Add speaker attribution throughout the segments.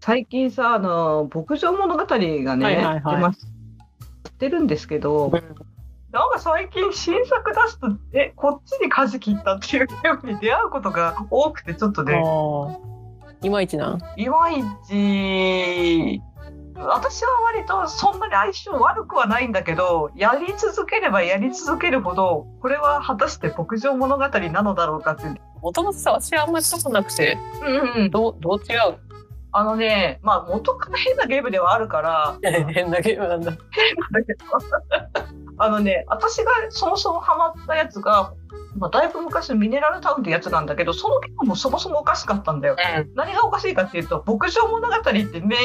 Speaker 1: 最近さあの牧場物語がね、
Speaker 2: はいはいはい
Speaker 1: 出ますしてるんですけど、なんか最近新作出すとえこっちに舵切ったっていうゲームに出会うことが多くてちょっとね
Speaker 2: ああいまいちなん
Speaker 1: いまいち私は割とそんなに相性悪くはないんだけどやり続ければやり続けるほどこれは果たして牧場物語なのだろうかっていう。
Speaker 2: もともとさ私あんまりしたことなくて
Speaker 1: うんうん、
Speaker 2: どうどう違う
Speaker 1: あのねまあ元から変なゲームではあるから
Speaker 2: 変なゲームなんだ
Speaker 1: だけど あのね私がそもそもハマったやつが、まあ、だいぶ昔のミネラルタウンってやつなんだけどそのゲームもそもそもおかしかったんだよ。何がおかしいかっていうと「牧場物語」って名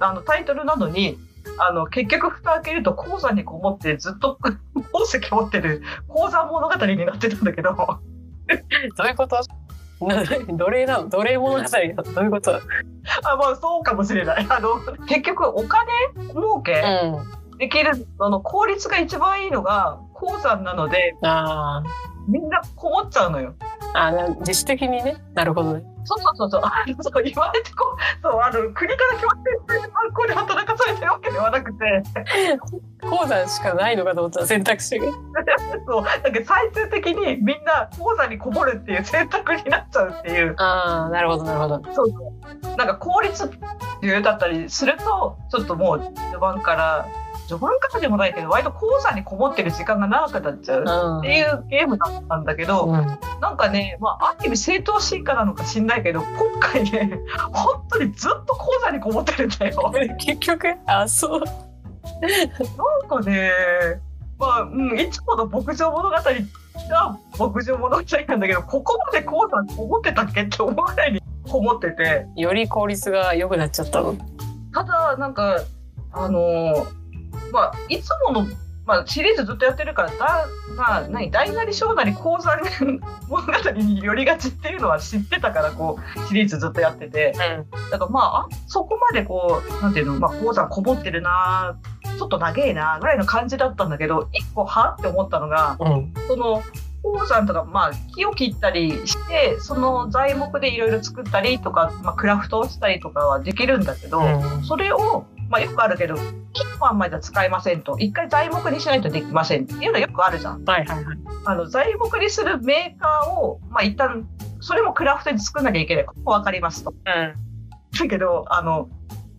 Speaker 1: あのタイトルなのにあの結局蓋開けると鉱山にこもってずっと鉱石を持ってる鉱山物語になってたんだけど
Speaker 2: どういうこと な奴隷なの奴隷物語なのどういうこと
Speaker 1: あ、まあ、そうかもしれないあの結局お金儲け
Speaker 2: ん
Speaker 1: できるあの効率が一番いいのが鉱山なので
Speaker 2: あー
Speaker 1: みんなこもっちゃうのよ。
Speaker 2: あな自主的にねなるほどね
Speaker 1: そうそうそうそう、あのそう言われてこう、そうあの国から決まってる学校で働かされてるわけではなくて、
Speaker 2: 鉱山しかないのかと思った選択肢が
Speaker 1: そうなんか最終的にみんな講座にこもるっていう選択になっちゃうっていう、
Speaker 2: ああなるほどなるほど
Speaker 1: そうそうなんか効率だったりすると、ちょっともう序盤から序盤からでもないけど、割と講座にこもってる時間が長くなっちゃう。
Speaker 2: うん
Speaker 1: っていうゲームだったんだけど、なんかね、まあ、ある意味正当進化なのか知んないけど、今回ね、本当にずっと講座にこもってるんだよ。
Speaker 2: うん結局あそう
Speaker 1: なんかね、まあ、うん、いつもの牧場物語が牧場物語なんだけど、ここまでこうさん思ってたっけって思うぐらいに こもってて、
Speaker 2: より効率が良くなっちゃったの
Speaker 1: ただ、なんか、あのーまあ、いつもの、まあ、シリーズずっとやってるから、だ、まあ、何、大なり小なり鉱山物語に寄りが ちっていうのは知ってたから、こう、シリーズずっとやってて、だからまあ、あそこまでこう、なんていうの、まあ、鉱山こもってるなちょっと長えなぐらいの感じだったんだけど、一個はって思ったのが、
Speaker 2: うんうん
Speaker 1: その鉱山とか、まあ、木を切ったりしてその材木でいろいろ作ったりとか、まあ、クラフトをしたりとかはできるんだけど、それを、まあ、よくあるけど木のまんまじゃ使えませんと一回材木にしないとできませんっていうのよくあるじゃん。
Speaker 2: はいはいはい
Speaker 1: あの材木にするメーカーを、まあ、一旦それもクラフトに作んなきゃいけないここ分かりますと。だけどあの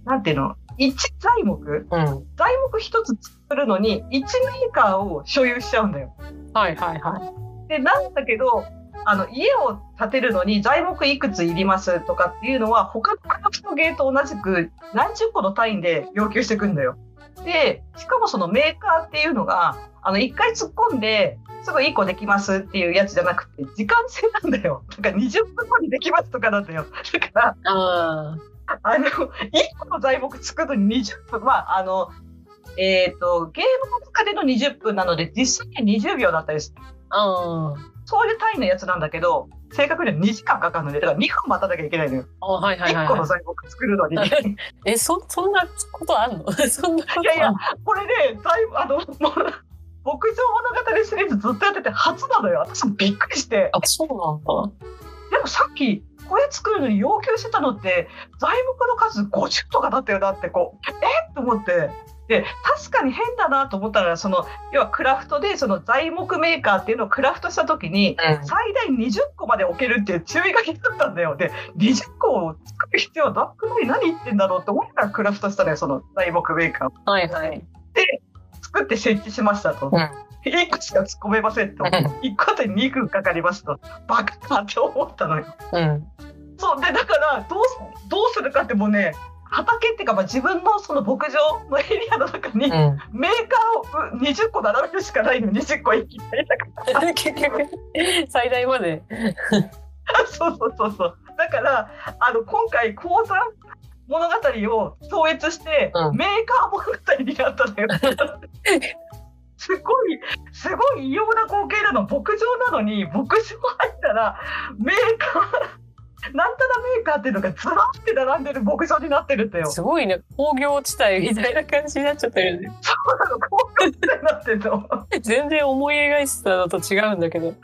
Speaker 1: なんていうの一材木
Speaker 2: うんうん
Speaker 1: 材木一つ作るのに1メーカーを所有しちゃうんだよ。
Speaker 2: はいはいはい
Speaker 1: でなんだけどあの家を建てるのに材木いくついりますとかっていうのは他のクラフトゲーと同じく何十個の単位で要求してくんだよ。でしかもそのメーカーっていうのがあの1回突っ込んですぐ1個できますっていうやつじゃなくて時間制なんだよ。だから20分後にできますとかなんだよ。だから
Speaker 2: あ
Speaker 1: あの、1個の材木作るのに20分、まあ、あの、えっ、と、ゲームの中での20分なので、実際には20秒だったりする。
Speaker 2: あああ
Speaker 1: そういう単位のやつなんだけど、正確には2時間かかるので、だから2分待たなきゃいけないのよ。
Speaker 2: あはいはいはい
Speaker 1: 1個の
Speaker 2: はい
Speaker 1: 材木作るのに。い
Speaker 2: はいえそそんなことあんの そんなことあんの
Speaker 1: やいや、これね、だいぶ、あの、もう、牧場物語シリーズずっとやってて初なのよ。私もびっくりして。
Speaker 2: あそうなんだ
Speaker 1: でもさっき、これ作るのに要求してたのって、材木の数50とかだったよなって、こう、えっと思って。で、確かに変だなと思ったら、その、要はクラフトで、その材木メーカーっていうのをクラフトした時に、最大20個まで置けるっていう注意書きだったんだよ。で、20個を作る必要なくない何言ってんだろうって思いながらクラフトしたのよ、その材木メーカーを。
Speaker 2: はいはい
Speaker 1: 作って設置しましたと。
Speaker 2: うん
Speaker 1: 1個しか突っ込めませんと。1個あたり2分かかりますと。バカかって思ったのよ。
Speaker 2: うん
Speaker 1: そうでだからどうすどうするかってもうね畑っていうか、まあ、自分のその牧場のエリアの中に
Speaker 2: うん
Speaker 1: メーカーをう20個並べるしかないの20個一気にだか
Speaker 2: 結局最大まで
Speaker 1: ら そうそうそうそうだからあの今回鉱山物語を統一して、
Speaker 2: うん
Speaker 1: メーカー物語になったのよ。 すごいすごい異様な光景なの牧場なのに牧場入ったらメーカーなんたらメーカーっていうのがずらって並んでる牧場になってるんだよ。
Speaker 2: すごいね工業地帯みたいな感じになっちゃってるよね
Speaker 1: こういうことになってんの。そう
Speaker 2: 全然思い描いてたのと違うんだけど
Speaker 1: な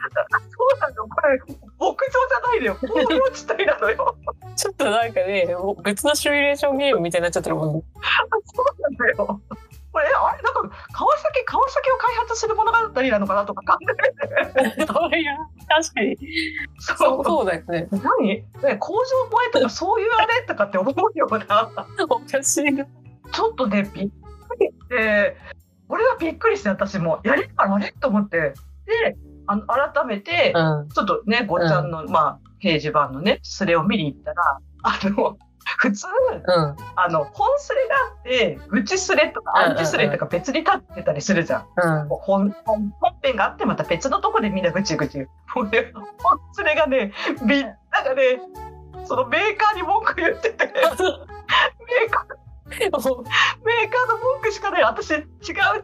Speaker 1: のこれ牧場じゃないのよ工業地帯なのよ
Speaker 2: ちょっとなんかね、もう別のシミュレーションゲームみたいになっちゃってるもん。
Speaker 1: そうなんだよこれあれなんか川崎川崎を開発する物語なのかなとか考え
Speaker 2: そう いう、確かに。そうそうだよね。
Speaker 1: 何ね工場萌えとかそういうあれとかって思うような
Speaker 2: おかしいな。
Speaker 1: ちょっとねびっくりして俺はびっくりして私もやれるからあれと思ってであの改めて
Speaker 2: うん。
Speaker 1: ちょっとねごっちゃんの、まあ掲示板のねスレを見に行ったらあの普通
Speaker 2: うん。
Speaker 1: あの本スレがあって愚痴スレとかアンチスレとか別に立ってたりするじゃん。
Speaker 2: うん。
Speaker 1: 本本本編があってまた別のとこでみんなぐちぐちもうねそれがねみんながねそのメーカーに文句言っててメーカーメーカーの文句しかない私違う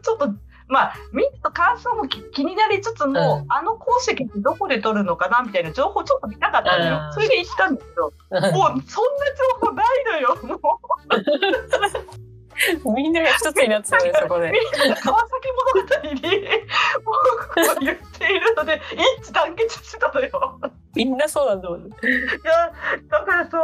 Speaker 1: ちょっとまあみんなの感想もき気になりつつも、あの鉱石ってどこで取るのかなみたいな情報ちょっと見たかったのよ、
Speaker 2: うん
Speaker 1: それで行ったんだけどもうそんな情報ないのよもう
Speaker 2: みんなが一つになってたね、そこで。
Speaker 1: 川崎物語に文句を言っているので一致団結してたのよ。
Speaker 2: みんなそうなんだもん。
Speaker 1: いやだからさ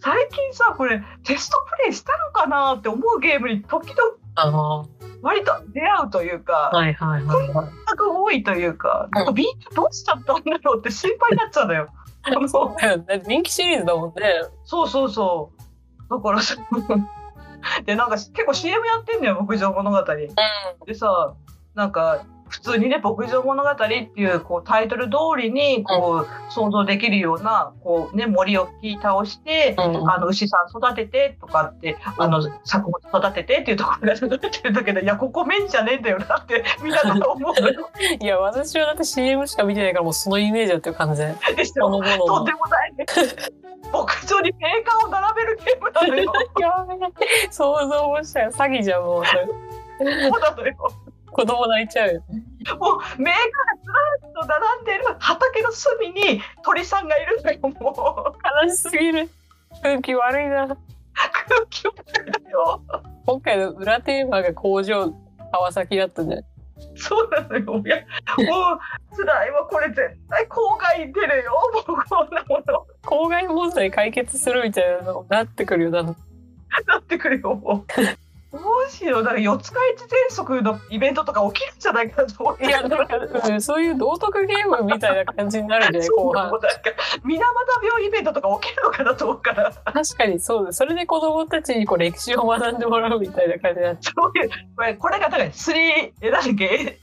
Speaker 1: 最近さこれテストプレイしたのかなって思うゲームに時々
Speaker 2: ああ。
Speaker 1: 割と出会うというか
Speaker 2: はいはいは
Speaker 1: 全く多いというか
Speaker 2: うん
Speaker 1: みんなどうしちゃったんだろうって心配になっちゃうのよ。あの そ
Speaker 2: い。だって 人気シリーズだもんね。
Speaker 1: うそうそうだからさでなんか結構 CM やってんのよ牧場物語。でさなんか普通にね「牧場物語」っていうこうタイトル通りにこう想像できるようなこう、ね、森を切り倒して
Speaker 2: うん。うん。
Speaker 1: あの牛さん育ててとかってあの作物育ててっていうところが育ててるんだけどいやここ面じゃねえんだよなってみんなが思うの よ
Speaker 2: いや、私はだって CM しか見てないから、もうそのイメージだっていう感じで。
Speaker 1: でし
Speaker 2: こ
Speaker 1: ょ
Speaker 2: のもの
Speaker 1: とん
Speaker 2: の
Speaker 1: で。もないね牧場にメーカーを並べるゲームなのよ
Speaker 2: やばい想像もしたよ。詐欺じゃん、もう。それ
Speaker 1: そうなのよ
Speaker 2: 子供泣いちゃうよ。
Speaker 1: もうメーカーがずらっと並んでる畑の隅に鳥さんがいるのよもう
Speaker 2: 悲しすぎる。空気悪いな。
Speaker 1: 空気をだよ
Speaker 2: 今回の裏テーマが工場、川崎だったね。
Speaker 1: そうなのよいやもう辛いわこれ絶対郊外出るよもうこんなもの
Speaker 2: 公害問題解決するみたいなのになってくるよな。
Speaker 1: なってくるよ、もう。どうしよう、だから四日市全息のイベントとか起きるんじゃないかなと思って。
Speaker 2: いや、なんか、うんそういう道徳ゲームみたいな感じになるね、
Speaker 1: そ
Speaker 2: 後
Speaker 1: うなん
Speaker 2: 半
Speaker 1: か。水俣病イベントとか起きるのかなと思うから
Speaker 2: 確かにそうだそれで子供たちにこう歴史を学んでもらうみたいな感じになっち
Speaker 1: そういうこれこれがだから3え何だっけ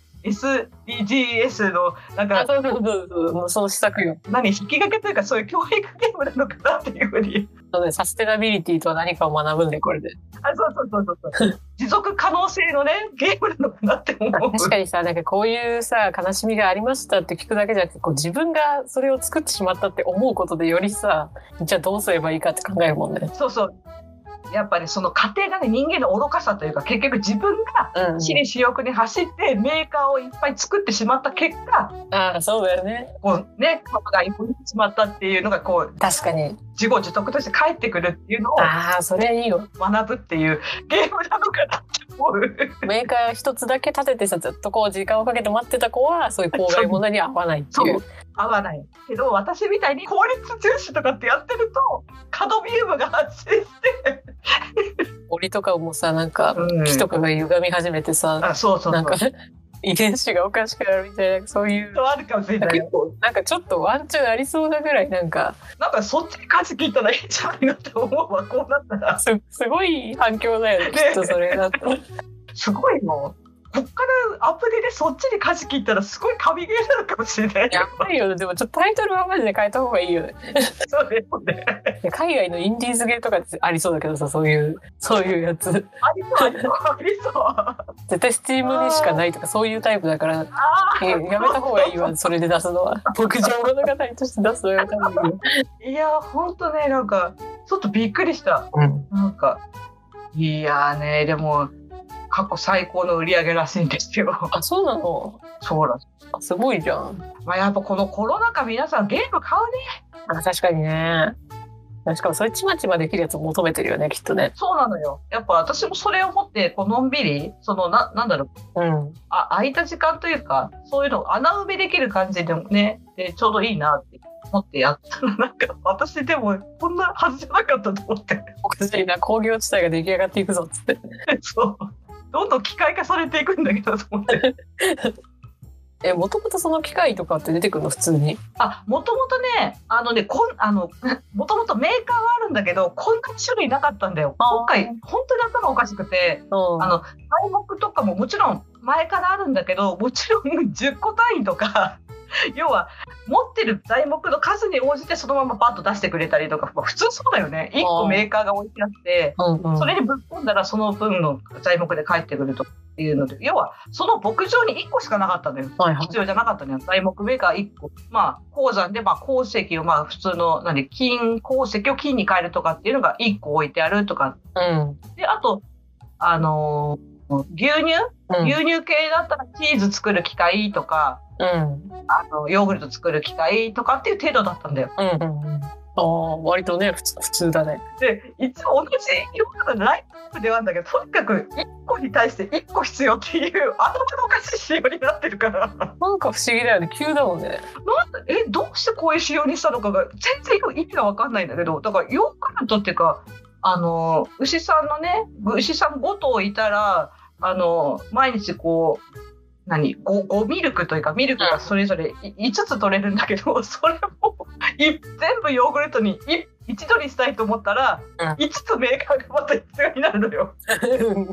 Speaker 1: SDGs のなん
Speaker 2: ゃう。あ
Speaker 1: か
Speaker 2: そうそうそうそうもうその施策よ。
Speaker 1: 何引き掛けというかそういう教育ゲームなのかなっていうふうに
Speaker 2: そうねサステナビリティとは何かを学ぶんで、これ で。
Speaker 1: あそうそうそうそう そう持続可能性のねゲームなのかなって思う
Speaker 2: 確かにさ、なんかこういうさ、悲しみがありましたって聞くだけじゃなくて、こう自分がそれを作ってしまったって思うことでよりさ、じゃあどうすればいいかって考えるもんね。
Speaker 1: そうそうやっぱねその過程がね人間の愚かさというか結局自分が
Speaker 2: うん
Speaker 1: 私利私欲に走ってメーカーをいっぱい作ってしまった結果
Speaker 2: ああ、そうだよね。
Speaker 1: こうね株がいっぱいしまったっていうのがこう
Speaker 2: 確かに。
Speaker 1: 自業自得として返ってくるっていうのを
Speaker 2: ああ、それいいよ。
Speaker 1: 学ぶっていうゲームなのかなって思う。
Speaker 2: メーカー一つだけ立ててさ、ずっとこう時間をかけて待ってた子は、そういう公害問題に合わないってい
Speaker 1: そうう。合わないけど私みたいに効率重視とかってやってるとカドミウムが発生して、
Speaker 2: 檻とかもさ、なんか、木とかが歪み始めてさ、
Speaker 1: あそうそうそう
Speaker 2: なんか遺伝子がおかしくなるみたいなそういう
Speaker 1: あるかもしれないよ
Speaker 2: なんかちょっとワンチャンありそうなぐらいなんか
Speaker 1: なんかそっちに舵切ったらいいんじゃないかって思うわこうなったら
Speaker 2: すすごい反響だよねきっとそれだと
Speaker 1: すごいもうこっからアプリでそっちに舵切ったらすごい神ゲーになるかもしれないよ
Speaker 2: やばいよねでもちょっとタイトルはマジで変えた方がいいよね
Speaker 1: そうねそうね。
Speaker 2: で海外のインディーズゲーとかってありそうだけどさそういうそういうやつ
Speaker 1: ありそう、ありそう、ありそう。あ
Speaker 2: 絶対スチームにしかないとかそういうタイプだから
Speaker 1: あ
Speaker 2: えやめた方がいいわそれで出すのは牧場物語として出すのはやめた方がいいよ、
Speaker 1: ー。いや、ほんとね、なんか、ちょっとびっくりした。なんか、いやーね、でも、過去最高の売り上げらしいんですよ。
Speaker 2: あそうなの
Speaker 1: そうだ。
Speaker 2: あすごいじゃん
Speaker 1: まあ、やっぱこのコロナ禍、皆さんゲーム買うね。
Speaker 2: あ確かにね。しかもそれちまちまできるやつを求めてるよねきっとね。
Speaker 1: そうなのよ。やっぱ私もそれを持って、こう、のんびり、その、な、なんだろう、
Speaker 2: うん、
Speaker 1: あ、空いた時間というか、そういうのを穴埋めできる感じでね、でちょうどいいなって思ってやったら、なんか、私でも、こんなはずじゃなかったと思って。
Speaker 2: おかしいな工業地帯が出来上がっていくぞっつって。
Speaker 1: そう。どんどん機械化されていくんだけどと思って。
Speaker 2: えもともとその機械とかって出てくるの普通に。
Speaker 1: あ、もともとね、あのね、こん、あの、もともとメーカーはあるんだけど、こんなに種類なかったんだよ。
Speaker 2: あー
Speaker 1: 今回、本当に頭おかしくて、
Speaker 2: うん、
Speaker 1: あの、材木とかももちろん前からあるんだけど、もちろん10個単位とか、 要は持ってる材木の数に応じてそのままバッと出してくれたりとか、まあ普通そうだよね。1個メーカーが置いてあって、
Speaker 2: うんうん、
Speaker 1: それにぶっ込んだらその分の材木で返ってくるというので、要はその牧場に1個しかなかったのよ。
Speaker 2: はいはい
Speaker 1: 必要じゃなかったのよ。材木メーカー1個。まあ、鉱山で、まあ、鉱石を、まあ、普通の、何、金、鉱石を金に変えるとかっていうのが1個置いてあるとか。
Speaker 2: うん
Speaker 1: で、あと、あのー牛乳
Speaker 2: うん
Speaker 1: 牛乳系だったらチーズ作る機械とか、
Speaker 2: うん
Speaker 1: あの、ヨーグルト作る機械とかっていう程度だったんだよ。
Speaker 2: うんうんうんああ割とね普通普通だね。
Speaker 1: で、一応同じヨーグルトラインナップではあるんだけど、とにかく1個に対して1個必要っていう頭のおかしい仕様になってるから、なん
Speaker 2: なんか不思議だよね急だもん ね。
Speaker 1: でえ、どうしてこういう仕様にしたのかが全然意味がわかんないんだけど、だからヨーグルトっていうか、あの、牛さんのね、牛さん5頭いたら、あの、毎日こう、何 5, ミルクというかミルクがそれぞれ5つ取れるんだけど、 それもい全部ヨーグルトにい一度にしたいと思ったら、
Speaker 2: うん
Speaker 1: 5つメーカーがまた必要になるのよヨーグ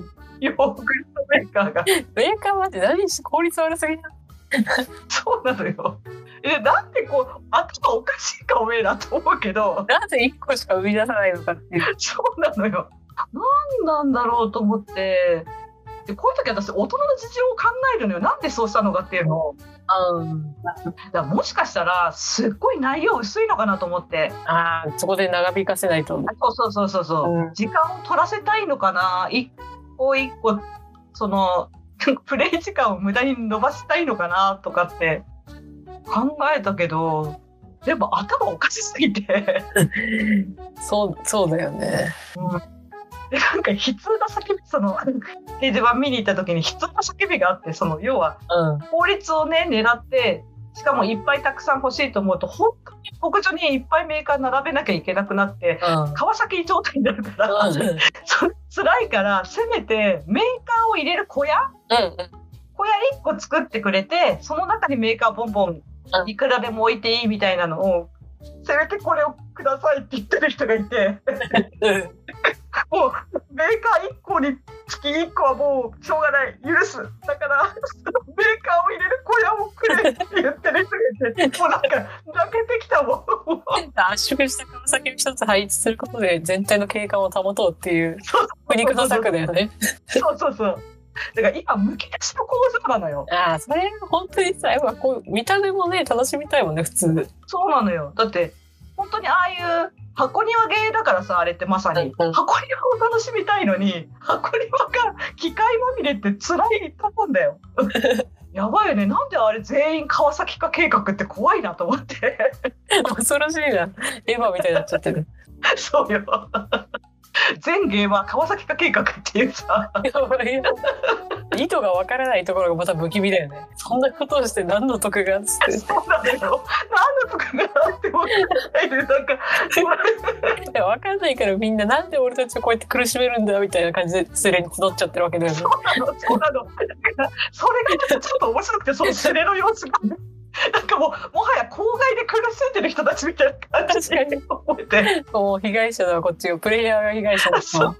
Speaker 1: ルトメーカーが
Speaker 2: メーカーマジ何し効率悪すぎな
Speaker 1: そうなのよえなんでこう頭おかしいかおめえらと思うけど
Speaker 2: なぜ1個しか生み出さないのかってい う。
Speaker 1: そうなのよ何なんだろうと思ってでこういう時私大人の事情を考えるのよなんでそうしたのかっていうのを
Speaker 2: うん、
Speaker 1: だからもしかしたらすっごい内容薄いのかなと思って
Speaker 2: ああそこで長引かせないと。
Speaker 1: あそうそうそうそうそう、
Speaker 2: うん
Speaker 1: 時間を取らせたいのかな一個一個その プレイ時間を無駄に伸ばしたいのかなとかって考えたけどでも頭おかしすぎて
Speaker 2: そうそうだよね。
Speaker 1: でなんか悲痛な叫びその 掲示板見に行った時に悲痛な叫びがあってその要は
Speaker 2: うん。
Speaker 1: 法律をね狙ってしかもいっぱいたくさん欲しいと思うと本当に牧場にいっぱいメーカー並べなきゃいけなくなって
Speaker 2: う
Speaker 1: 川崎状態になるから。
Speaker 2: ん。うん。
Speaker 1: そ辛いからせめてメーカーを入れる小屋小屋1個作ってくれてその中にメーカーボンボン
Speaker 2: うん
Speaker 1: いくらでも置いていいみたいなのをせめてこれをくださいって言ってる人がいて
Speaker 2: うん。
Speaker 1: もうメーカー1個につき1個はもうしょうがない許すだからそのメーカーを入れる小屋をくれって言ってる人がいてもうなんか泣けてきたもん
Speaker 2: 圧縮した川崎を一つ配置することで全体の景観を保とうっていう苦肉の策だよね。
Speaker 1: そうそうそうだから今むき出しの構造なのよ
Speaker 2: ああそれ本当にさやっぱこう見た目もね楽しみたいもんね普通。
Speaker 1: そうなのよ。だって、本当にああいう箱庭芸だからさ、あれってまさに。
Speaker 2: うん
Speaker 1: 箱庭を楽しみたいのに、箱庭が機械まみれって辛いとこんだよ。やばいよね。なんであれ全員川崎化計画って怖いなと思って。
Speaker 2: 恐ろしいなエヴァみたいになっちゃってる。
Speaker 1: そうよ。全芸は川崎化計画っていうさ、
Speaker 2: やばいよ意図がわからないところがまた不気味だよね。そんなことをして何の得がっつって。
Speaker 1: そうなのよ。何のとかなって思ってで、なんか、
Speaker 2: いやわかんないからみんななんで俺たちをこうやって苦しめるんだみたいな感じで失礼に募っちゃってるわけだよね。
Speaker 1: そうなの、そうなの。だからそれがちょっと面白くて、その指令の様子が。なんかもう、もはや公害で苦しんでる人たちみたいな感じで思えて。
Speaker 2: もう被害者だこっちよプレイヤーが被害者だ
Speaker 1: そうなの。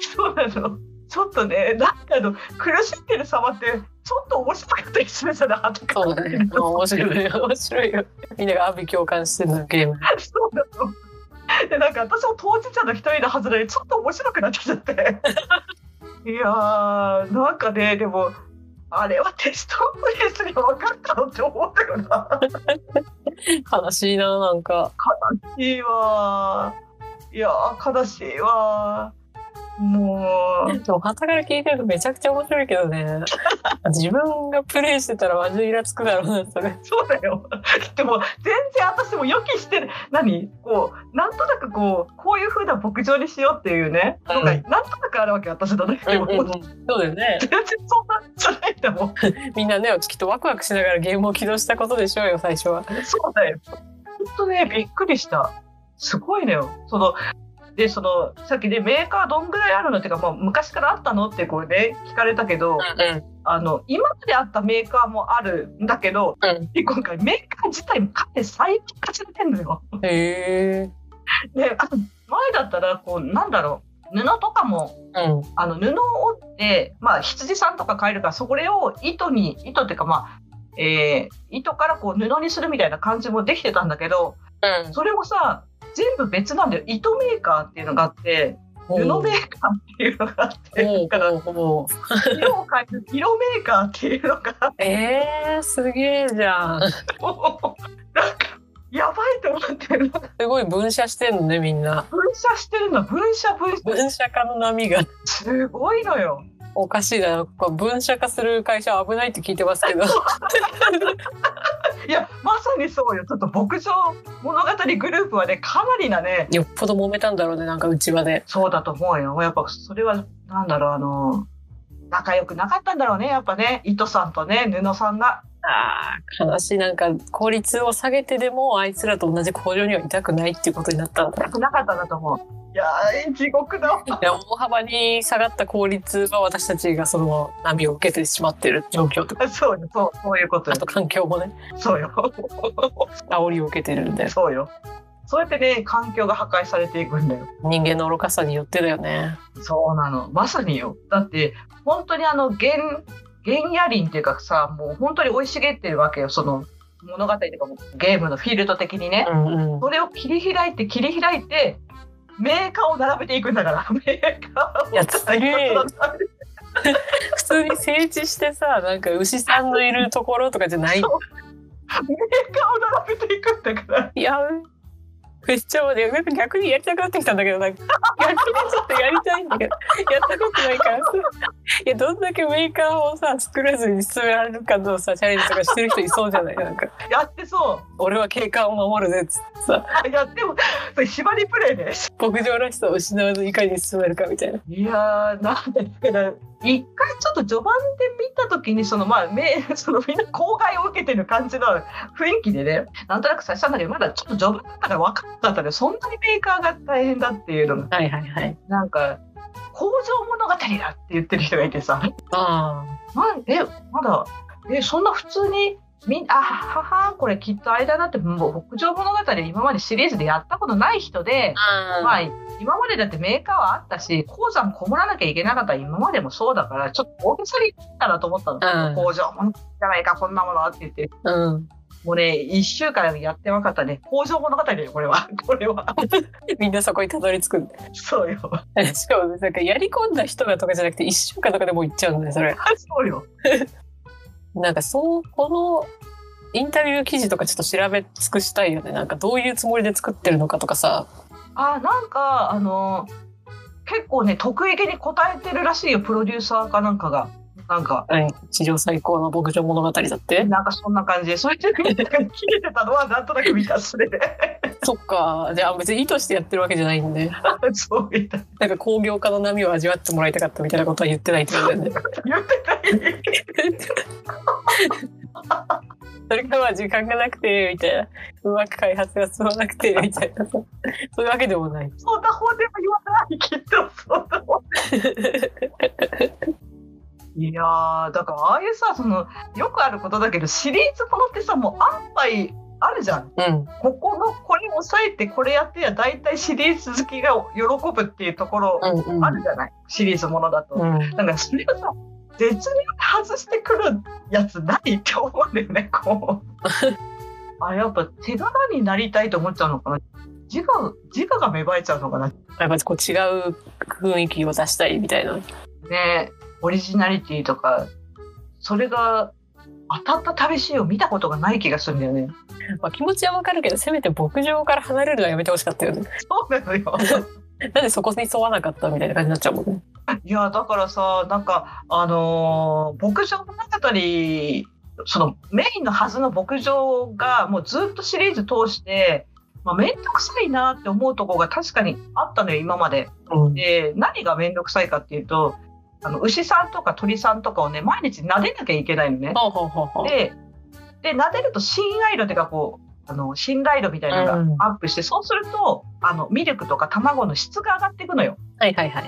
Speaker 1: そうなの。ちょっとね、なんかあの、苦しんでる様って、ちょっと面白かったりしましたね、あと
Speaker 2: そうだね。面白いよ。面白いよ。みんなが阿炎共感してるゲーム。
Speaker 1: そうなの。で、なんか私も当事者の一人のはずなのに、ちょっと面白くなってきちゃって。 いやー、なんかね、でも、あれはテストプレイスに分かったのって思ったよな。
Speaker 2: 悲しいな、なんか。
Speaker 1: 悲しいわーいやー悲しいわーもう、
Speaker 2: でも、はから聞いてるとめちゃくちゃ面白いけどね。 自分がプレイしてたらマジイラつくだろうな、それ。
Speaker 1: そうだよ。でも全然私も予期してる何こうなんとなくこうこういう風な牧場にしようっていうね、
Speaker 2: うん
Speaker 1: のがなんとなくあるわけ私だね。でも全
Speaker 2: そうだよね。
Speaker 1: 然そんなんじゃないんだもん。
Speaker 2: みんなね、きっとワクワクしながらゲームを起動したことでしょうよ、最初は。
Speaker 1: そうだよ。本当ねびっくりした。すごいねよ。そのでそのさっきねメーカーどんぐらいあるのっていうか、まあ、昔からあったのってこうね聞かれたけど、
Speaker 2: う
Speaker 1: あの今まであったメーカーもあるんだけど、
Speaker 2: うん
Speaker 1: で今回メーカー自体もかなり最近化されてんのよ。
Speaker 2: ん。へえ。
Speaker 1: で あと前だったらこうなんだろう布とかも
Speaker 2: うん。
Speaker 1: あの布を折って、まあ、羊さんとか買えるからそれを糸に糸っていうかまあ、えー糸からこう布にするみたいな感じもできてたんだけどそれもさ全部別なんだよ糸メーカーっていうのがあって布
Speaker 2: う
Speaker 1: メ
Speaker 2: ん。
Speaker 1: ーカーっていうのがあって
Speaker 2: お
Speaker 1: だ
Speaker 2: う
Speaker 1: から
Speaker 2: おうおう
Speaker 1: 色を変える色メーカーっていうのがあって
Speaker 2: えー、すげえじゃん。
Speaker 1: もうなんかやばいと思ってなんか
Speaker 2: すごい分社してんのね、みんな。
Speaker 1: 分社してるの分社分社
Speaker 2: 分社化の波が
Speaker 1: すごいのよ。
Speaker 2: おかしいな。こう分社化する会社は危ないって聞いてますけど。
Speaker 1: いやまさにそうよちょっと牧場物語グループはねかなりなね
Speaker 2: よっぽど揉めたんだろうね、なんか内輪で。
Speaker 1: そうだと思うよやっぱそれはなんだろうあの仲良くなかったんだろうねやっぱね糸さんとね布さんが
Speaker 2: ああ、悲しい。なんか、効率を下げてでも、あいつらと同じ工場にはいたくないっていうことになっ たんだ。
Speaker 1: 良くなかったんだと思ういやー地獄だわ
Speaker 2: いや大幅に下がった効率は私たちがその波を受けてしまってる状況とか、
Speaker 1: そうよそうそういうこと
Speaker 2: あ
Speaker 1: よ
Speaker 2: と環境もね、
Speaker 1: そうよ
Speaker 2: 煽りを受けてるんで、
Speaker 1: そうよそうやってね環境が破壊されていくんだよ
Speaker 2: 人間の愚かさによってだよね。
Speaker 1: そうなのまさによだって本当にあの原原野林っていうかさもう本当に生い茂ってるわけよその物語とかもゲームのフィールド的にね、
Speaker 2: うん うん。
Speaker 1: それを切り開いて切り開いてメーカーを並べていくんだから メーカーを
Speaker 2: いやすげえ普通に整地してさ、なんか牛さんのいるところとかじゃない。
Speaker 1: そうメーカーを並べていくんだから
Speaker 2: いや、めっちゃもうねなんか逆にやりたくなってきたんだけど、なんか逆にちょっとやりたいんだけど、やったことないからさ、いや、どんだけメーカーをさ、作らずに進められるかのさ、チャレンジとかしてる人いそうじゃないなんか、
Speaker 1: やってそう
Speaker 2: 俺は景観を守るぜっつってさ。
Speaker 1: あやってもそれ縛りプレイね
Speaker 2: 牧場らしさを失わずいかに進めるかみたいな。
Speaker 1: いやーなんだけど一回ちょっと序盤で見た時にそのまあめ そのみんな公害を受けてる感じの雰囲気でねなんとなく察したんだけどまだちょっと序盤だったから分かったんだけどそんなにメーカーが大変だっていうのが
Speaker 2: はいはいはい。
Speaker 1: なんか工場物語だって言ってる人がいてさ
Speaker 2: あ
Speaker 1: なんえまだえそんな普通にみんあははこれきっとあれだなってもう北上物語今までシリーズでやったことない人で、
Speaker 2: あ
Speaker 1: まあ今までだってメーカーはあったし鉱山こもらなきゃいけなかったら今までもそうだからちょっと大げさに言ったなと思ったの、
Speaker 2: うん
Speaker 1: 工場物語じゃないかこんなものはって言って
Speaker 2: うん。
Speaker 1: もうね1週間やって分かったね工場物語だよこれは これは
Speaker 2: みんなそこにたどり着くんだ。
Speaker 1: そうよ
Speaker 2: しかも、なんかやり込んだ人がとかじゃなくて、一週間とかでもう行っちゃうんだよ、それ。
Speaker 1: そうよ
Speaker 2: なんかそう、この、インタビュー記事とかちょっと調べ尽くしたいよね。なんかどういうつもりで作ってるのかとかさ。
Speaker 1: あなんかあの結構ね得意げに答えてるらしいよプロデューサーかなんかがなんか
Speaker 2: うん史上最高の牧場物語だ って。
Speaker 1: なんかそんな感じでそういう時に切れてたのはなんとなく見たそれで
Speaker 2: そっか。じゃあ別に意図してやってるわけじゃないんで。
Speaker 1: そうみたい
Speaker 2: なんか工業化の波を味わってもらいたかったみたいなことは言ってないってことだよね。
Speaker 1: 言ってない
Speaker 2: それからは時間がなくてみたいなうまく開発が進まなくてみたいな そういうわけでもない
Speaker 1: そんな本でも言わないきっとそんな本いやーだからああいうさそのよくあることだけどシリーズものってさもう安牌あるじゃん
Speaker 2: うん
Speaker 1: ここのこれ押さえてこれやってや大体シリーズ好きが喜ぶっていうところ
Speaker 2: うんうん
Speaker 1: あるじゃない、シリーズものだと、
Speaker 2: うん
Speaker 1: なんかそれをさ絶妙に外してくるやつ何って思うんだよねこ うあやっぱ手柄になりたいと思っちゃうのかな自我自我が芽生えちゃうのかな
Speaker 2: やっぱこう違う雰囲気を出したいみたいな
Speaker 1: ねオリジナリティとかそれが当たった試しを見たことがない気がするんだよね
Speaker 2: まあ気持ちはわかるけどせめて牧場から離れるのはやめてほしかったよね
Speaker 1: そうなのよ
Speaker 2: なんでそこに沿わなかったみたいな感じになっちゃうもんね。
Speaker 1: いやだからさなんかあのー牧場の中たりそのメインのはずの牧場がもうずっとシリーズ通して、まあ、めんどくさいなって思うとこが確かにあったのよ今まで。
Speaker 2: うん、
Speaker 1: で何がめんどくさいかっていうとあの牛さんとか鳥さんとかをね毎日撫でなきゃいけないのね。
Speaker 2: ほうほうほうほう。
Speaker 1: でで撫でると信愛度というかこうあの信頼度みたいな
Speaker 2: うん
Speaker 1: のがアップして、そうするとあのミルクとか卵の質が上がっていくのよ。
Speaker 2: はいはいはい。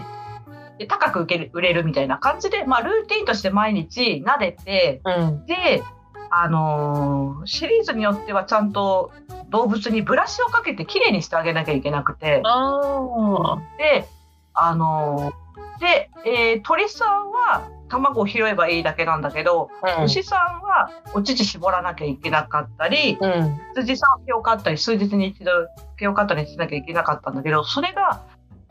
Speaker 1: で高く受ける売れるみたいな感じで、まあ、ルーティンとして毎日撫でて
Speaker 2: うん。
Speaker 1: で、あのーシリーズによってはちゃんと動物にブラシをかけてきれいにしてあげなきゃいけなくて
Speaker 2: ああ。
Speaker 1: で,、あのーでえー鳥さんは卵を拾えばいいだけなんだけど、
Speaker 2: うん。
Speaker 1: 牛さんはお乳絞らなきゃいけなかったり
Speaker 2: うん。
Speaker 1: 羊さんは毛を刈ったり数日に一度毛を刈ったりしなきゃいけなかったんだけどそれが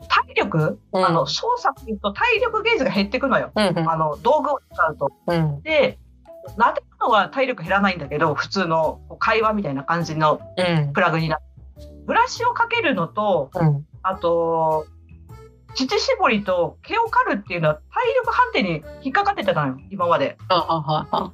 Speaker 1: 体力、
Speaker 2: うん。
Speaker 1: あの操作すると体力ゲージが減ってくのよ。
Speaker 2: うん
Speaker 1: あの道具を使うと。
Speaker 2: うん。
Speaker 1: で撫でるのは体力減らないんだけど普通のこう会話みたいな感じの
Speaker 2: うん。
Speaker 1: プラグになる。ブラシをかけるのと
Speaker 2: うん。
Speaker 1: あと乳搾りと毛を刈るっていうのは体力判定に引っかかってたのよ今まで。
Speaker 2: ははは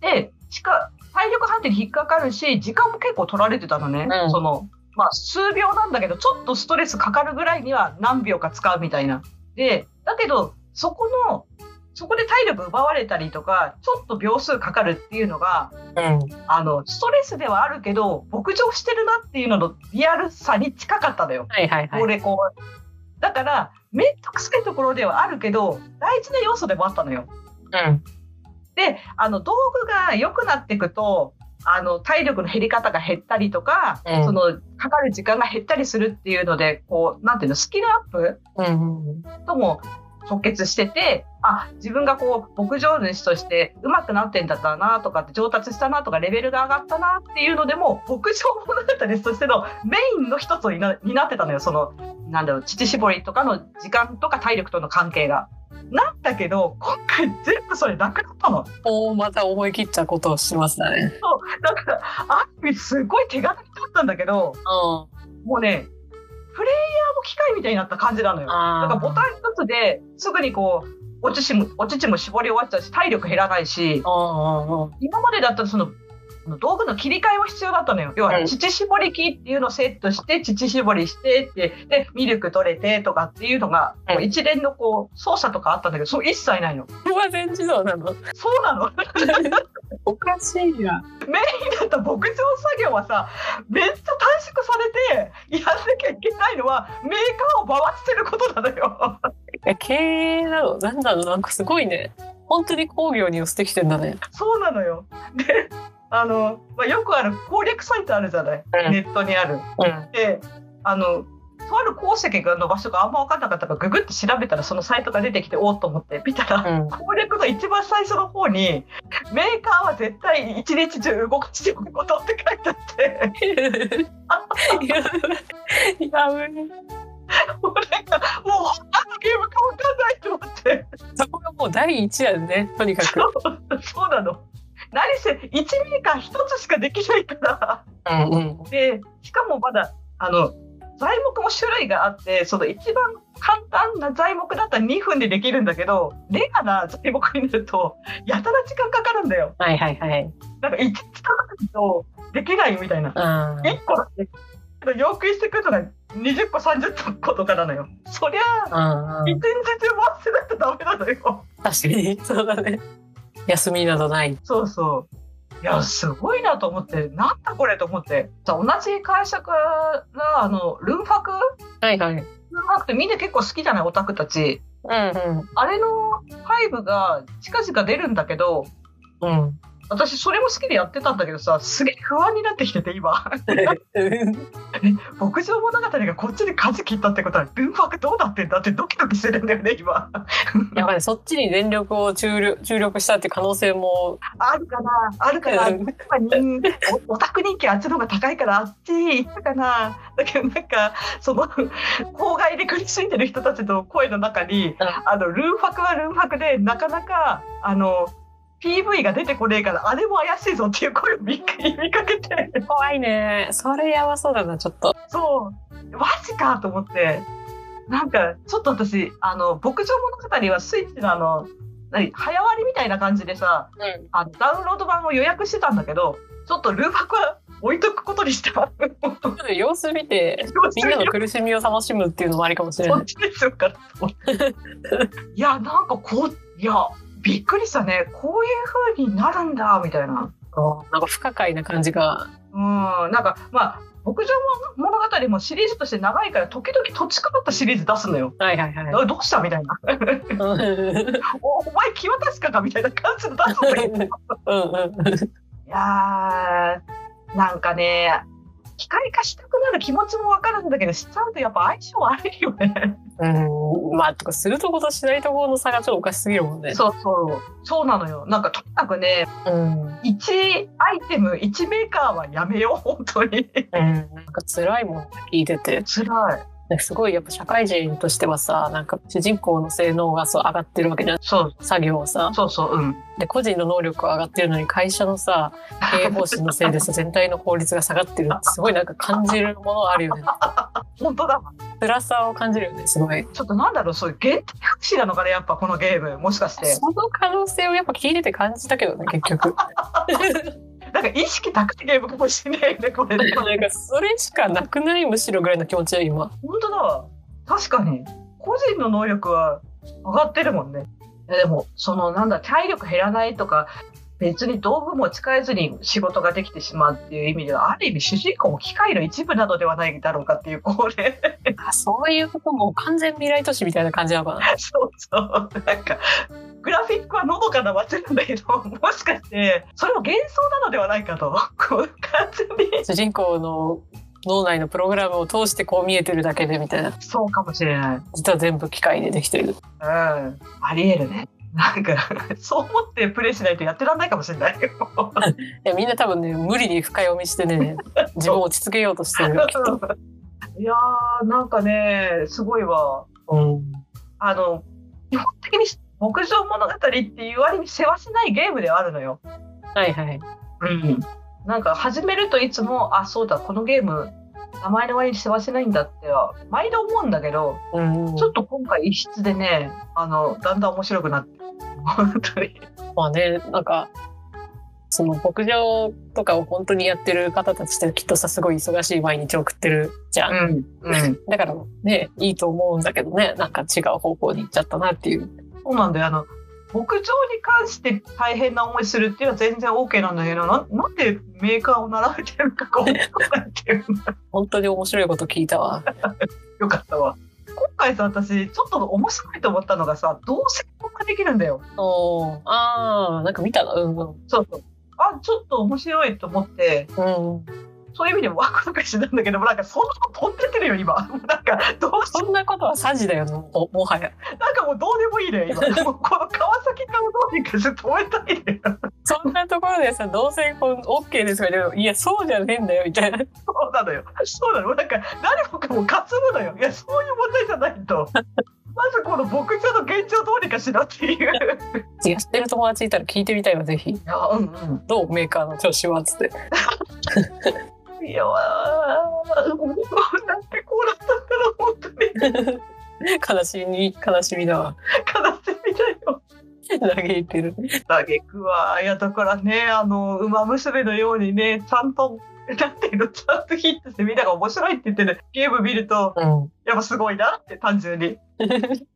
Speaker 1: でしか体力判定に引っかかるし時間も結構取られてたのね。
Speaker 2: うん
Speaker 1: そのまあ、数秒なんだけどちょっとストレスかかるぐらいには何秒か使うみたいな。でだけどそこのそこで体力奪われたりとかちょっと秒数かかるっていうのが
Speaker 2: うん。
Speaker 1: あのストレスではあるけど牧場してるなっていうののリアルさに近かったのよ。
Speaker 2: はいはいはい。
Speaker 1: 俺こうだから面倒くさいところではあるけど大事な要素でもあったのよ。
Speaker 2: うん。
Speaker 1: であの道具が良くなっていくとあの体力の減り方が減ったりとか、
Speaker 2: うん
Speaker 1: そのかかる時間が減ったりするっていうのでこうなんていうのスキルアップ
Speaker 2: うん。
Speaker 1: とも直結しててあ自分がこう牧場主として上手くなってんだったなとかって上達したなとかレベルが上がったなっていうのでも牧場物語としてのメインの一つを担担ってたのよそのなんだろう乳搾りとかの時間とか体力との関係が。なんだけど今回全部それなくなったの。
Speaker 2: おお、また思い切ったことをしましたね。
Speaker 1: だから、ある意味すごい手軽に取ったんだけど、
Speaker 2: うん。
Speaker 1: もうね、プレイヤーも機械みたいになった感じなのよ。だ
Speaker 2: あ
Speaker 1: からボタン一つですぐにこう、お乳も、お乳も絞り終わっちゃうし、体力減らないし、
Speaker 2: ン。うんうんうん。
Speaker 1: 今までだったらその、あの道具の切り替えは必要だったのよ。要
Speaker 2: う
Speaker 1: は、
Speaker 2: ん
Speaker 1: 乳搾り機っていうのをセットして、乳搾りしてって、で、ミルク取れてとかっていうのが、
Speaker 2: うん
Speaker 1: こう一連のこう、操作とかあったんだけど、そう一切ないの。
Speaker 2: ここは全自動なの。
Speaker 1: そうなの。
Speaker 2: おかしい
Speaker 1: だ
Speaker 2: や。
Speaker 1: った牧場作業はさめっちゃ短縮されてやんなきゃいけないのはメーカーを回してることなのよ
Speaker 2: いや経営なの、なんだろう、なんかすごいね。本当に工業に寄せてきてんだね。
Speaker 1: そうなのよであの、まあ、よくある攻略サイトあるじゃない、
Speaker 2: うん
Speaker 1: ネットにある
Speaker 2: うん。
Speaker 1: であのとある鉱石がの場所があんま分かんなかったからググって調べたらそのサイトが出てきておおっと思って見たら
Speaker 2: うん。
Speaker 1: 攻略の一番最初の方にメーカーは絶対一日中動かしておくことって書いてあって。
Speaker 2: いや、いや
Speaker 1: もうなんかもう何のゲームか分かんないと思って。
Speaker 2: そこがもう第一やんね、とにかく。
Speaker 1: そうなの。何せ1年間1つしかできないから。
Speaker 2: うんうん。
Speaker 1: で、しかもまだ、あの、材木も種類があって、その一番簡単な材木だったら2分でできるんだけど、レアな材木になると、やたら時間かかるんだよ。
Speaker 2: はいはいはい。
Speaker 1: なんか1日かかるとできないみたいな。
Speaker 2: あ
Speaker 1: 1個だけ。けど要求してくるのが20個、30個とかなのよ。そりゃ、
Speaker 2: あ
Speaker 1: 一日中回してないとダメなのよ。
Speaker 2: 確かに、そうだね。休みなどない。
Speaker 1: そうそう。いや、すごいなと思って、なんだこれと思って。じゃあ同じ会社から、あの、ルンファク
Speaker 2: はいはい。うん
Speaker 1: ルンファクってみんな結構好きじゃないオタクたち。
Speaker 2: うん。
Speaker 1: あれの5が近々出るんだけど、
Speaker 2: うん。
Speaker 1: 私それも好きでやってたんだけどさ、すげえ不安になってきてて今。 牧場物語がこっちで舵切ったってことは、ルンファクどうなってんだってドキドキしてるんだよね、今。
Speaker 2: やばい、そっちに全力を注力注力したって可能性も。
Speaker 1: あるかなあるかなまあ、人おオタク人気あっちの方が高いからあっち行ったかなだけどなんかその郊外で苦しんでる人たちの声の中に
Speaker 2: うん
Speaker 1: あのルンファクはルンファクでなかなかあの PV が出てこねえからあれも怪しいぞっていう声を見か見かけて
Speaker 2: 怖いね。それやばそうだな、ちょっと。
Speaker 1: そうマジかと思ってなんかちょっと私あの牧場物語はスイッチのあの何早割りみたいな感じでさ
Speaker 2: うん。
Speaker 1: あのダウンロード版を予約してたんだけどちょっとルーパクは置いとくことにした。
Speaker 2: ちょっと様子見て、みんなの苦しみを楽しむっていうのもありかもしれ
Speaker 1: そ
Speaker 2: な
Speaker 1: っ
Speaker 2: い。
Speaker 1: ちですよかと思って。 いや、なんかこう、いや、びっくりしたね。こういう風になるんだ、みたいな。
Speaker 2: なんか不可解な感じが。
Speaker 1: うん、なんか、まあ、牧場物語もシリーズとして長いから、時々土地狂ったシリーズ出すのよ。
Speaker 2: はいはいはい。
Speaker 1: あどうしたみたいな。
Speaker 2: うんうん
Speaker 1: おお前、気渡すかかみたいな感じで出すんだけど。い
Speaker 2: うん。
Speaker 1: やー、なんかね、機械化したくなる気持ちもわかるんだけど、しちゃうとやっぱ相性悪いよね。
Speaker 2: うん、まあとかするとことしないところの差がちょっとおかしすぎるもんね。
Speaker 1: そうそう。そうなのよ。なんか、とにかくね、
Speaker 2: うん。うん。
Speaker 1: 1アイテム1メーカーはやめよう本当に
Speaker 2: なんか辛いもん聞いてて。
Speaker 1: 辛い
Speaker 2: なんかすごいやっぱ社会人としてはさ、なんか主人公の性能がそう上がってるわけじゃん。
Speaker 1: そう
Speaker 2: 作業はさ。
Speaker 1: そうそううん
Speaker 2: で、個人の能力は上がってるのに会社のさ、経営方針のせいでさ、全体の効率が下がってるってすごいなんか感じるものあるよね。
Speaker 1: 本当だわ
Speaker 2: 辛さを感じるよね、すごい。
Speaker 1: ちょっとなんだろうそういう限定福祉なのかねやっぱこのゲームもしかして
Speaker 2: その可能性をやっぱ聞いてて感じたけどね、結 局。
Speaker 1: なんか意識高いゲームかもしれないねこ れね
Speaker 2: なんかそれしかなくないむしろぐらいの気持ちよ今
Speaker 1: 本当だわ確かに個人の能力は上がってるもんねいやでもそのなんだ体力減らないとか別に道具持ち帰えずに仕事ができてしまうっていう意味ではある意味主人公も機械の一部なのではないだろうかっていうこれ
Speaker 2: あそういうことも完全未来都市みたいな感じなのかな
Speaker 1: そうそう。なんか、グラフィックはのどかな街なんだけど、もしかして、それも幻想なのではないかと。こう、完全に。
Speaker 2: 主人公の脳内のプログラムを通してこう見えてるだけでみたいな
Speaker 1: そうかもしれない。うん。
Speaker 2: 実は全部機械でできてる
Speaker 1: ありえるね。なんか、 そう思ってプレイしないとやってらんないかもしれないよ。
Speaker 2: いやみんな多分ね無理に深読みしてね自分を落ち着けようとしてるよきっと、
Speaker 1: いやー、なんかね、すごいわ。
Speaker 2: うん、
Speaker 1: あの、基本的に牧場物語っていう割にせわしないゲームではあるのよ。
Speaker 2: はいはい
Speaker 1: うん、なんか始めるといつもあそうだこのゲーム名前の割に世話しないんだっては毎度思うんだけど
Speaker 2: うん
Speaker 1: ちょっと今回異質でねあのだんだん面白くなって本当に
Speaker 2: まあねなんかその牧場とかを本当にやってる方たちってきっとさすごい忙しい毎日を送ってるじゃん、
Speaker 1: ん うん
Speaker 2: だからねいいと思うんだけどねなんか違う方向に行っちゃったなっていう
Speaker 1: そうなんだよあの牧場に関して大変な思いするっていうのは全然 OK なんだけどななんでメーカーを並べてる かこうっていうの
Speaker 2: 本当に面白いこと聞いたわ。
Speaker 1: よかったわ今回さ私ちょっと面白いと思ったのがさ同性婚ができるんだよ
Speaker 2: おーああ、なんか見たな。うんうん。
Speaker 1: そうそうあちょっと面白いと思って
Speaker 2: うん、
Speaker 1: そういう意味でもワクワクしてたんだけども、なんかそんなの飛んでってるよ、今。なんか、どうし
Speaker 2: そんなことはサジだよ、ももはや。
Speaker 1: なんかもうどうでもいいね、今。もうこの川崎からどうにかして止めたいね。
Speaker 2: そんなところでさ、同性婚 OK ですかどいや、そうじゃねえんだよ、みたいな。
Speaker 1: そうなのよ。そうなの。なんか、誰もかも担ぐのよ。いや、そういう問題じゃないと。まずこの牧場の現状どうにかしろっていう。い
Speaker 2: やってる友達いたら聞いてみたいわ、ぜひ。
Speaker 1: や、うんうん。
Speaker 2: どうメーカーの調子はつっ
Speaker 1: い
Speaker 2: て。
Speaker 1: や、もうなんてこうなったんだろう、本当に。
Speaker 2: 悲しみ、悲しみだわ。
Speaker 1: 悲しみだよ。
Speaker 2: 嘆いてる。
Speaker 1: 嘆くわ。いや、だからね、あの、馬娘のようにね、ちゃんと、なんていうの、ちゃんとヒットしてみんなが面白いって言ってるゲーム見ると、
Speaker 2: うん。
Speaker 1: やっぱすごいなって、単純に。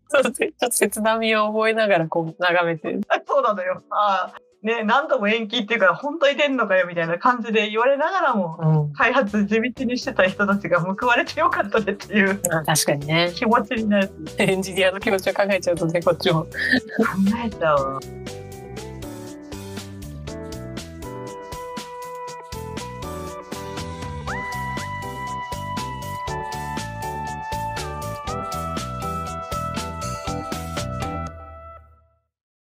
Speaker 2: そうですね。ちょっと切なみを覚えながら、こう、眺めてる。
Speaker 1: あ そうなのよ。ああ、ね、何度も延期っていうから、本当に出んのかよ、みたいな感じで言われながらも、
Speaker 2: うん。
Speaker 1: 開発地道にしてた人たちが報われてよかったねっていう
Speaker 2: あ確かにね。
Speaker 1: 気持ちになる。
Speaker 2: エンジニアの気持ちを考えちゃうとね、こっちも。
Speaker 1: 考えちゃうわ。